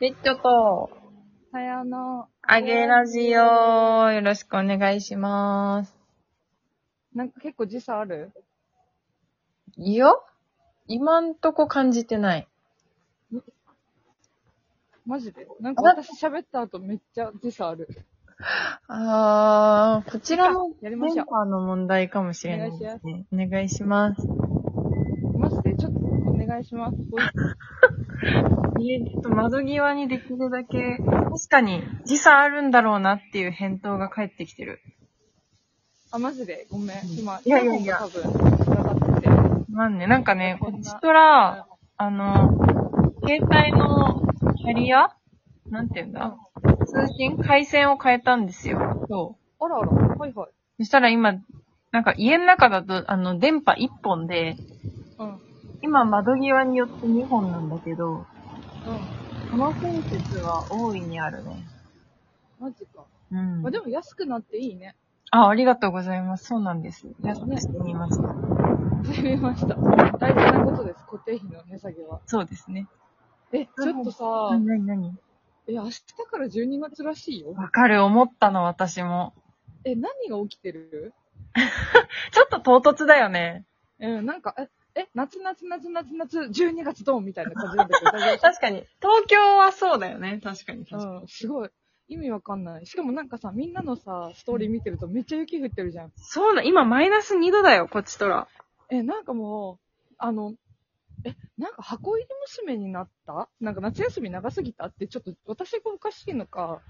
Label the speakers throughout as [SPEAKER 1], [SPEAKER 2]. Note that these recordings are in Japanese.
[SPEAKER 1] ベッチョと、
[SPEAKER 2] さやの、
[SPEAKER 1] あげラジオ、よろしくお願いします。
[SPEAKER 2] なんか結構時差ある
[SPEAKER 1] いいよ今んとこ感じてない。
[SPEAKER 2] マジでなんか私喋った後めっちゃ時差ある。
[SPEAKER 1] あー、こちらも、
[SPEAKER 2] やりましょう
[SPEAKER 1] メンバーの問題かもしれないですね。お願いします。
[SPEAKER 2] マジでちょっとお願いします。おい
[SPEAKER 1] えちょっと窓際にできるだけ、確かに時差あるんだろうなっていう返答が返ってきてる。
[SPEAKER 2] あ、マジでごめん。今、
[SPEAKER 1] いやいやいや
[SPEAKER 2] 多分、繋がってて。
[SPEAKER 1] なんで、なんかね、
[SPEAKER 2] こ
[SPEAKER 1] こ
[SPEAKER 2] んな
[SPEAKER 1] ちとら、あの、携帯のキャリアなんて言うんだ通信回線を変えたんですよ。そう。
[SPEAKER 2] あらあら、はいはい。
[SPEAKER 1] そしたら今、なんか家の中だと、あの、電波1本で、
[SPEAKER 2] うん。うん。
[SPEAKER 1] 今窓際によって2本なんだけど、この建設は大いにあるね。
[SPEAKER 2] マジか。
[SPEAKER 1] うん
[SPEAKER 2] まあ、でも安くなっていいね。
[SPEAKER 1] あ、ありがとうございます。そうなんです。安くしてみました。
[SPEAKER 2] 始めました。大事なことです。固定費の値下げは。
[SPEAKER 1] そうですね。
[SPEAKER 2] え、ちょっとさ
[SPEAKER 1] な、になに
[SPEAKER 2] え、明日から12月らしいよ。
[SPEAKER 1] わかる、思ったの、私も。
[SPEAKER 2] え、何が起きてる
[SPEAKER 1] ちょっと唐突だよね。
[SPEAKER 2] うん、なんか、え、え、夏夏夏夏夏、12月ドンみたいな感じなんだけど、大丈夫
[SPEAKER 1] 確かに。東京はそうだよね。確かに。
[SPEAKER 2] うん、すごい。意味わかんない。しかもなんかさ、みんなのさ、ストーリー見てるとめっちゃ雪降ってるじゃん。
[SPEAKER 1] そうだ、今マイナス2度だよ、こっちと ら。
[SPEAKER 2] え、なんかもう、あの、え、なんか箱入り娘になったなんか夏休み長すぎたって、ちょっと私がおかしいのか。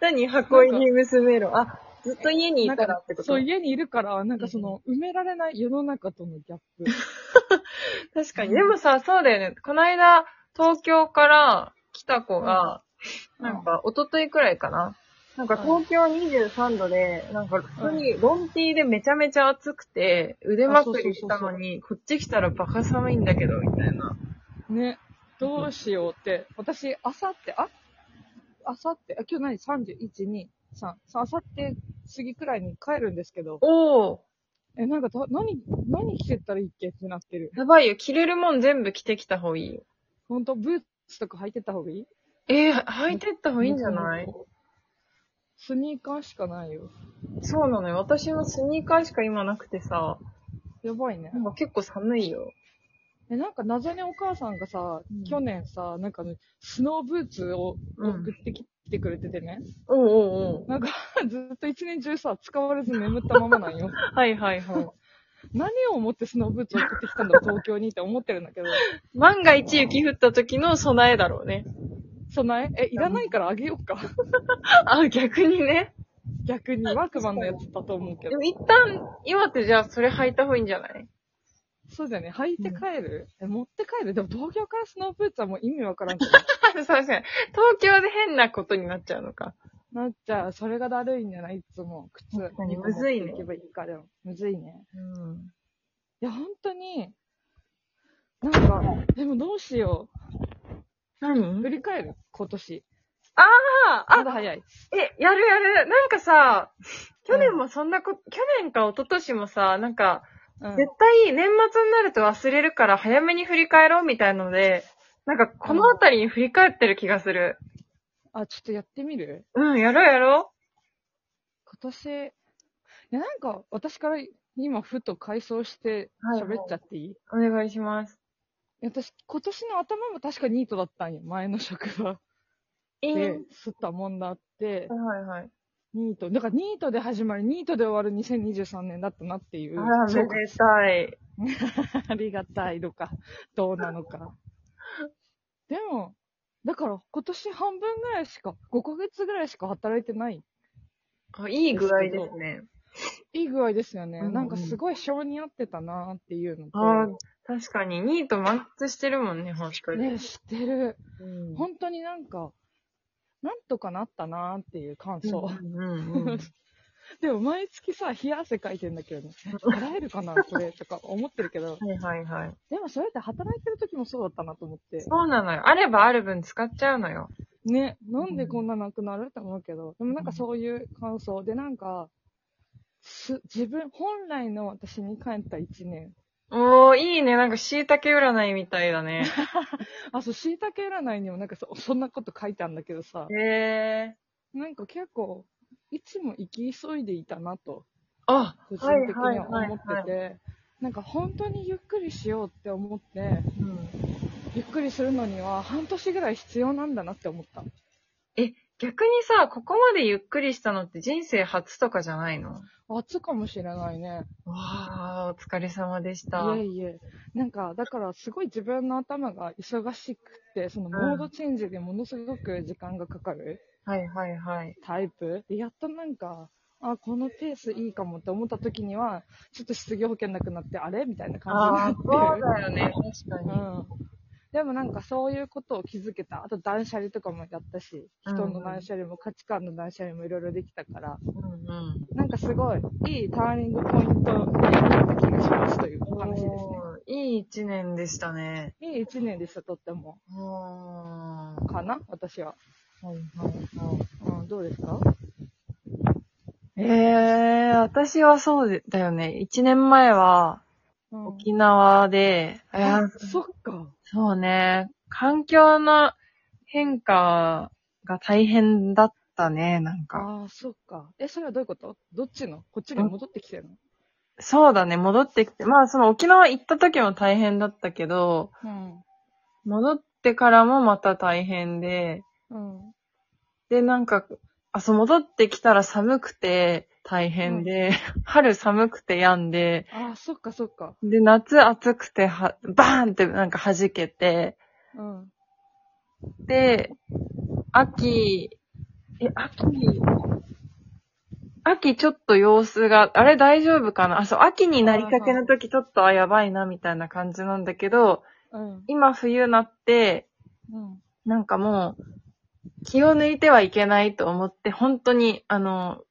[SPEAKER 1] 何
[SPEAKER 2] 箱入り
[SPEAKER 1] 娘ろ。あ、ずっと家に
[SPEAKER 2] いたら
[SPEAKER 1] って
[SPEAKER 2] そう、家にいるから、なんかその、埋められない世の中とのギャップ。
[SPEAKER 1] 確かに。でもさ、そうだよね。この間、東京から来た子が、
[SPEAKER 2] うん
[SPEAKER 1] なんか、一昨日くらいかな。なんか、東京23度で、なんか、普通にロンティーでめちゃめちゃ暑くて、腕まくりしたのに、こっち来たらバカ寒いんだけど、みたいな。
[SPEAKER 2] ね、どうしようって。私、あさって、ああさって、あ、今日何 ?31、2、3。さあさって過ぎくらいに帰るんですけど、
[SPEAKER 1] おー、
[SPEAKER 2] え、なんかだ、何、何着てったらいいっけってなってる。
[SPEAKER 1] やばいよ。着れるもん全部着てきた方がいいよ。
[SPEAKER 2] ほんと、ブーツとか履いてった方がいい
[SPEAKER 1] えー、履いてった方がいいんじゃない
[SPEAKER 2] スニーカーしかないよ。
[SPEAKER 1] そうなのよ。私もスニーカーしか今なくてさ、
[SPEAKER 2] やばいね
[SPEAKER 1] な。んか結構寒いよ。
[SPEAKER 2] え、なんか謎にお母さんがさ、
[SPEAKER 1] うん
[SPEAKER 2] 去年さ、なんかあの、スノーブーツを
[SPEAKER 1] うん
[SPEAKER 2] 送ってきてくれててね。
[SPEAKER 1] おうおうおう。
[SPEAKER 2] なんか、ずっと一年中さ、使われず眠ったままなんよ。
[SPEAKER 1] はいはいはい。
[SPEAKER 2] 何を思ってスノーブーツを送ってき たんだろう、東京にって思ってるんだけど。
[SPEAKER 1] 万が一雪降った時の備えだろうね。
[SPEAKER 2] 備ええ、いらないからあげよ うか。
[SPEAKER 1] あ、逆にね。
[SPEAKER 2] 逆に、ワークマンのやつだと思うけ
[SPEAKER 1] で
[SPEAKER 2] ど
[SPEAKER 1] も。一旦、今ってじゃあそれ履いた方がいいんじゃない
[SPEAKER 2] そうだよね。履いて帰る、え、持って帰るでも東京からスノーブーツはもう意味 わからんけど。
[SPEAKER 1] あ、そうそう。東京で変なことになっちゃうのか。
[SPEAKER 2] なっちゃう。それがだるいんじゃないいつも。靴。
[SPEAKER 1] 確かにむずいね
[SPEAKER 2] 持ってけばいいか、でも。むずいね。
[SPEAKER 1] うん。
[SPEAKER 2] いや、本当に、なんか、でもどうしよう。振
[SPEAKER 1] 何
[SPEAKER 2] り返る今年。
[SPEAKER 1] あ、
[SPEAKER 2] ま
[SPEAKER 1] あ、
[SPEAKER 2] だ早い。
[SPEAKER 1] え、やるやる。なんかさ、去年もそんなこ、去年か一昨年もさ、なんか、
[SPEAKER 2] うん。
[SPEAKER 1] 絶対年末になると忘れるから早めに振り返ろうみたいので、なんかこのあたりに振り返ってる気がする。
[SPEAKER 2] あ、ちょっとやってみる
[SPEAKER 1] うん、やろうやろ
[SPEAKER 2] 今年、いや、なんか、私から今、ふと回想して
[SPEAKER 1] はいはい
[SPEAKER 2] 喋っちゃっていい、
[SPEAKER 1] う。お願いします。
[SPEAKER 2] いや私、今年の頭も確かニートだったんよ。前の職場
[SPEAKER 1] いいね
[SPEAKER 2] で、すったもんだって、
[SPEAKER 1] はいはいはい。
[SPEAKER 2] ニート。だからニートで始まり、ニートで終わる2023年だったなっていう。
[SPEAKER 1] あら、
[SPEAKER 2] そ
[SPEAKER 1] め
[SPEAKER 2] うか
[SPEAKER 1] でたい。
[SPEAKER 2] ありがたいのか、どうなのか。でも、だから今年半分ぐらいしか、5ヶ月ぐらいしか働いてない。
[SPEAKER 1] あいい具合ですね。
[SPEAKER 2] いい具合ですよね。
[SPEAKER 1] うんうん
[SPEAKER 2] なんかすごい性に合ってたなっていうのと。
[SPEAKER 1] あー確かに、ニート満喫してるもんね、本当に。
[SPEAKER 2] ね、知ってる。
[SPEAKER 1] うん
[SPEAKER 2] 本当になんか、なんとかなったなっていう感 想。
[SPEAKER 1] うんうん。
[SPEAKER 2] でも毎月さ、冷や汗かいてんだけどね。払えるかなこれとか思ってるけど。
[SPEAKER 1] はいはいはい。
[SPEAKER 2] でもそれって働いてる時もそうだったなと思って。
[SPEAKER 1] そうなのよ。あればある分使っちゃうのよ。
[SPEAKER 2] ね、なんでこんななくなると思うけど、でもなんかそういう感想で、なんか、す、自分、本来の私に帰った一年
[SPEAKER 1] おー、いいね。なんか椎茸占いみたいだ ね。
[SPEAKER 2] あ、そう、椎茸占いにもなんかそそんなこと書いたんだけどさ、
[SPEAKER 1] へー。
[SPEAKER 2] なんか結構、いつも生き急いでいたなと、
[SPEAKER 1] あ、
[SPEAKER 2] 個人
[SPEAKER 1] はい
[SPEAKER 2] 的
[SPEAKER 1] はい
[SPEAKER 2] には
[SPEAKER 1] はい
[SPEAKER 2] 思
[SPEAKER 1] は
[SPEAKER 2] って
[SPEAKER 1] い。
[SPEAKER 2] て、なんか本当にゆっくりしようって思って、
[SPEAKER 1] うん
[SPEAKER 2] ゆっくりするのには半年ぐらい必要なんだなって思った。
[SPEAKER 1] 逆にさ、ここまでゆっくりしたのって人生初とかじゃないの
[SPEAKER 2] 暑かもしれないね。
[SPEAKER 1] わー、お疲れ様でし
[SPEAKER 2] い
[SPEAKER 1] た。
[SPEAKER 2] えいえ。なんか、だからすごい自分の頭が忙しくて、そのモードチェンジでものすごく時間がかかる
[SPEAKER 1] はいはいはい。
[SPEAKER 2] タイプ。で、やっとなんか、あ、このペースいいかもって思った時には、ちょっと失業保険なくなって、あれみたいな
[SPEAKER 1] あ
[SPEAKER 2] 感
[SPEAKER 1] ー、
[SPEAKER 2] じ
[SPEAKER 1] そ
[SPEAKER 2] になっ
[SPEAKER 1] う
[SPEAKER 2] て
[SPEAKER 1] だよね。 確かに。
[SPEAKER 2] うんでもなんかそういうことを気づけた。あと断捨離とかもやったし、
[SPEAKER 1] うん
[SPEAKER 2] 人の断捨離も価値観の断捨離もいろいろできたから、
[SPEAKER 1] うんうん。
[SPEAKER 2] なんかすごいいいターニングポイントになった気がしますというお話ですね。
[SPEAKER 1] おーいい一年でしたね。
[SPEAKER 2] いい一年でした、とっても。
[SPEAKER 1] うーん。は
[SPEAKER 2] かな私は。
[SPEAKER 1] いはいはい。
[SPEAKER 2] うん、どうですか
[SPEAKER 1] ええ私はそうだよね。一年前は
[SPEAKER 2] うん
[SPEAKER 1] 沖縄で、いや
[SPEAKER 2] あそっか。
[SPEAKER 1] そうね、環境の変化が大変だったね、なんか。
[SPEAKER 2] ああ、そっか。え、それはどういうことどっちのこっちに戻ってきてるの
[SPEAKER 1] そうだね、戻ってきて、まあその沖縄行った時も大変だったけど、戻ってからもまた大変で、
[SPEAKER 2] うん。うん。
[SPEAKER 1] で、なんか、あ、そう、戻ってきたら寒くて大変で、 春寒くて病んで、
[SPEAKER 2] ああ、そっかそっか。
[SPEAKER 1] で、夏暑くては、バーンってなんか弾けて、
[SPEAKER 2] うん。
[SPEAKER 1] で、秋、え、秋、秋ちょっと様子が、あれ大丈夫かなあ、そう、秋になりかけの時ちょっと、あ、やばいな、みたいな感じなんだけど、
[SPEAKER 2] うん。
[SPEAKER 1] 今冬なって、
[SPEAKER 2] うん。
[SPEAKER 1] なんかもう、気を抜いてはいけないと思って、本当に、あの、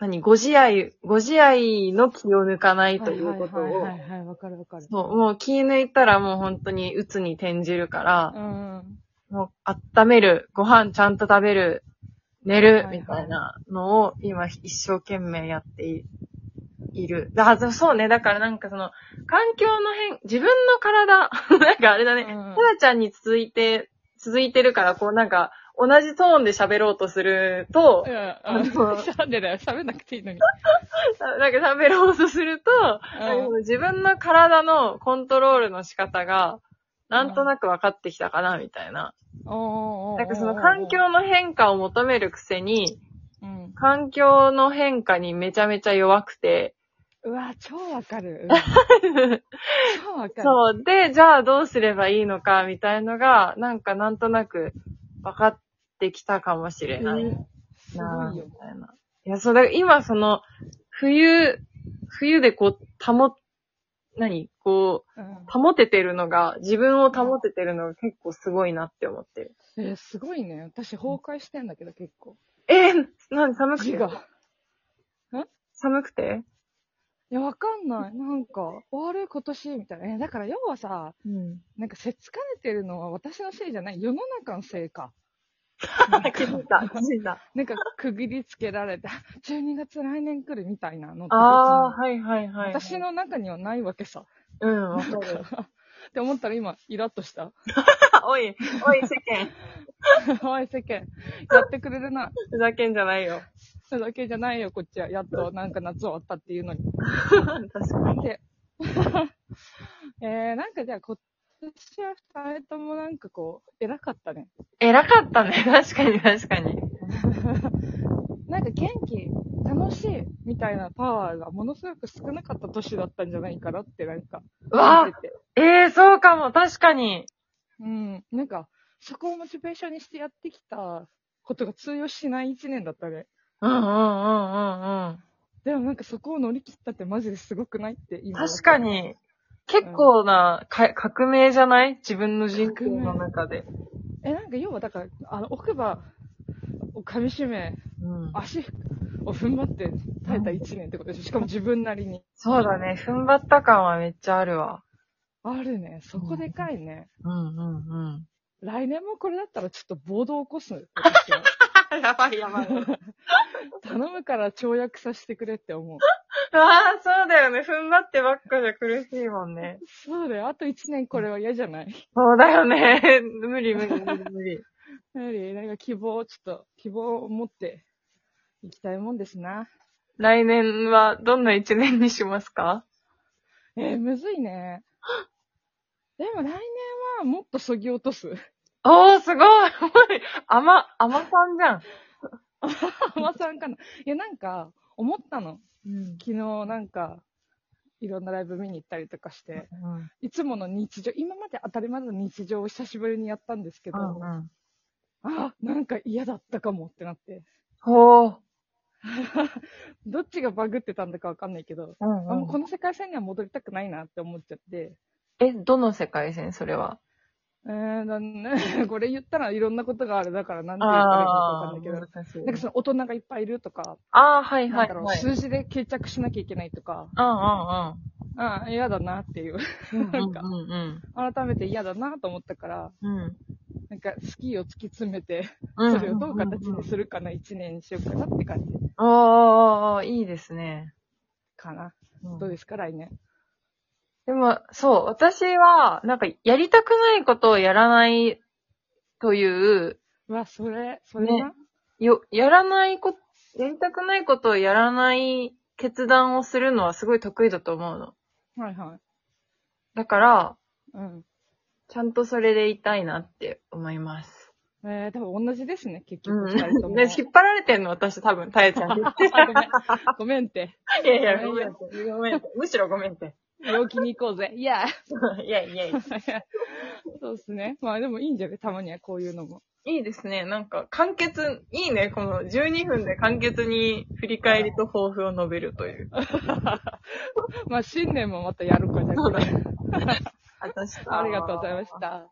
[SPEAKER 1] 何、ご自愛、ご自愛の気を抜かないということを、
[SPEAKER 2] はいはいはいはい、わかるわかる。
[SPEAKER 1] そう、もう気抜いたらもう本当に鬱に転じるから
[SPEAKER 2] う、ん。
[SPEAKER 1] もう温める、ご飯ちゃんと食べる、寝る、
[SPEAKER 2] はい
[SPEAKER 1] みたいなのを今一生懸命やっていいる。あ、そうそうね。だからなんかその、環境の変、自分の体、 なんかあれだね、
[SPEAKER 2] うん
[SPEAKER 1] タラちゃんに続いて、続いてるから、こうなんか、同じトーンで喋ろうとすると、
[SPEAKER 2] うん。なんでだよ。喋んなくていいのに。
[SPEAKER 1] なんか喋ろうとすると、なんかその自分の体のコントロールの仕方が、なんとなく分かってきたかな、みたいな。
[SPEAKER 2] おーおーおーおー
[SPEAKER 1] なんかその環、境の変化を求めるくせに、
[SPEAKER 2] うん。
[SPEAKER 1] 環境の変化にめちゃめちゃ弱くて、
[SPEAKER 2] うわ、超わかる。うん超わかる。
[SPEAKER 1] そう、で、じゃあどうすればいいのか、みたいのが、なんかなんとなく分かってきたかもしれない
[SPEAKER 2] うんす
[SPEAKER 1] な、
[SPEAKER 2] ごい
[SPEAKER 1] み
[SPEAKER 2] よ。
[SPEAKER 1] たいな。いや、そう、だから今その、冬、冬でこう、保、何こう、
[SPEAKER 2] うん
[SPEAKER 1] 保ててるのが、自分を保ててるのが結構すごいなって思ってる。
[SPEAKER 2] えーすごいね。私崩壊してんだけど結構。
[SPEAKER 1] えー、なん寒く
[SPEAKER 2] 字
[SPEAKER 1] て
[SPEAKER 2] が。
[SPEAKER 1] 寒くて
[SPEAKER 2] いや、わかんない。なんか、悪い今年みたいな。えーだから要はさ、
[SPEAKER 1] うん。
[SPEAKER 2] なんかせっつかれてるのは私のせいじゃない。世の中のせいか。
[SPEAKER 1] 気 づいた、気づいた。
[SPEAKER 2] なんか区切りつけられて、 あ12月来年来るみたいなのって別に
[SPEAKER 1] あー、はいはいはい。
[SPEAKER 2] 私。の中にはないわけさ。
[SPEAKER 1] うん、 わかる。
[SPEAKER 2] って思ったら今、イラッとした。
[SPEAKER 1] おい、おい世間、
[SPEAKER 2] おい世間、やってくれるな。
[SPEAKER 1] ふざけんじゃない よ。
[SPEAKER 2] それだけじゃないよ、こっちは。やっとなんか夏終わったっていうのに。
[SPEAKER 1] 確かに。
[SPEAKER 2] えー、なんかじゃあ、こっちは二人ともなんかこう、偉かったね。
[SPEAKER 1] 偉かったね、確かに確かに。
[SPEAKER 2] なんか元気、楽しいみたいなパワーがものすごく少なかった年だったんじゃないかなって、なんか、
[SPEAKER 1] わ
[SPEAKER 2] 見てて。
[SPEAKER 1] えー、そうかも、確かに。
[SPEAKER 2] うん。なんか、そこをモチベーションにしてやってきたことが通用しない一年だったね。
[SPEAKER 1] うんうんうんうんうん。
[SPEAKER 2] でもなんかそこを乗り切ったってマジですごくないって今。
[SPEAKER 1] 確か。に、結構なか革命じゃない自分の人生
[SPEAKER 2] 革命
[SPEAKER 1] の中で。
[SPEAKER 2] え、なんか要はだから、あの、奥歯を噛み締め、
[SPEAKER 1] うん
[SPEAKER 2] 足を踏ん張って耐えた一年ってことでしょ。しかも自分なりに。
[SPEAKER 1] そうだね。踏ん張った感はめっちゃあるわ。
[SPEAKER 2] あるね。そこでかいね。
[SPEAKER 1] うんうんうん。
[SPEAKER 2] 来年もこれだったらちょっと暴動起こす。私は
[SPEAKER 1] やばいやばい。
[SPEAKER 2] 頼むから跳躍させてくれって思う。
[SPEAKER 1] ああ、そうだよね。踏ん張ってばっかじゃ苦しいもんね。
[SPEAKER 2] そうだよ。あと一年これは嫌じゃない
[SPEAKER 1] そうだよね。 無理無理無理無理。
[SPEAKER 2] やはり、なんか希望をちょっと、希望を持っていきたいもんですな。
[SPEAKER 1] 来年はどんな一年にしますか
[SPEAKER 2] えー、むずいね。でも来年はもっとそぎ落 とす。
[SPEAKER 1] おー、すごい 甘、甘さんじゃん。
[SPEAKER 2] 浜さんかな。いや、なんか、思ったの。
[SPEAKER 1] うん。
[SPEAKER 2] 昨日、なんか、いろんなライブ見に行ったりとかして、いつもの日常、今まで当たり前の日常を久しぶりにやったんですけど、
[SPEAKER 1] うんうん。
[SPEAKER 2] あ、なんか嫌だったかもってなって。
[SPEAKER 1] ほー。
[SPEAKER 2] どっちがバグってたんだかわかんないけど、
[SPEAKER 1] うん
[SPEAKER 2] あもうこの世界線には戻りたくないなって思っちゃって。
[SPEAKER 1] え、どの世界線それは。
[SPEAKER 2] えー、なんね、これ言ったらいろんなことがある。だからなんて言ったらいいのか
[SPEAKER 1] あ
[SPEAKER 2] わかん
[SPEAKER 1] あ
[SPEAKER 2] ないけど。
[SPEAKER 1] ー、
[SPEAKER 2] なんかその大人がいっぱいいるとか、
[SPEAKER 1] ああ、はい
[SPEAKER 2] な
[SPEAKER 1] は
[SPEAKER 2] ん
[SPEAKER 1] い
[SPEAKER 2] だろう、
[SPEAKER 1] はい。
[SPEAKER 2] 数字で決着しなきゃいけないとか、
[SPEAKER 1] う
[SPEAKER 2] ああ、嫌だなっていう。
[SPEAKER 1] んうんうん。
[SPEAKER 2] なんか
[SPEAKER 1] うんうん
[SPEAKER 2] 改めて嫌だなと思ったから、
[SPEAKER 1] うん。うん
[SPEAKER 2] なんかスキーを突き詰めて、
[SPEAKER 1] うん
[SPEAKER 2] それをどう形にするかな、一年にしようかなって感じ
[SPEAKER 1] おーおーおー、いいですね。
[SPEAKER 2] かな。
[SPEAKER 1] うん
[SPEAKER 2] どうですか、来年。
[SPEAKER 1] でも、そう、私は、なんか、やりたくないことをやらないという、
[SPEAKER 2] うわ、それ、それな。
[SPEAKER 1] よ、やらないこ、やりたくないことをやらない決断をするのはすごい得意だと思うの。
[SPEAKER 2] はいはい。
[SPEAKER 1] だから、
[SPEAKER 2] うん。
[SPEAKER 1] ちゃんとそれでいたいなって思います。
[SPEAKER 2] えー、多分同じですね、結
[SPEAKER 1] う
[SPEAKER 2] 局二人と
[SPEAKER 1] ん。
[SPEAKER 2] も。
[SPEAKER 1] で、引っ張られてんの、私多分、たえちゃんに。
[SPEAKER 2] あごめん。ごめんって。
[SPEAKER 1] いやいや、ごめんって。ごめんって。むしろごめんって。
[SPEAKER 2] 陽気に行こうぜ。いや。
[SPEAKER 1] いやいやいや。
[SPEAKER 2] そうですね。まあでもいいんじゃないたまにはこういうのも。
[SPEAKER 1] いいですね。なんか、簡潔、いいね。この12分で簡潔に振り返りと抱負を述べるという。
[SPEAKER 2] まあ新年もまたやるかじゃあこれ
[SPEAKER 1] 私
[SPEAKER 2] ありがとうございまし。た。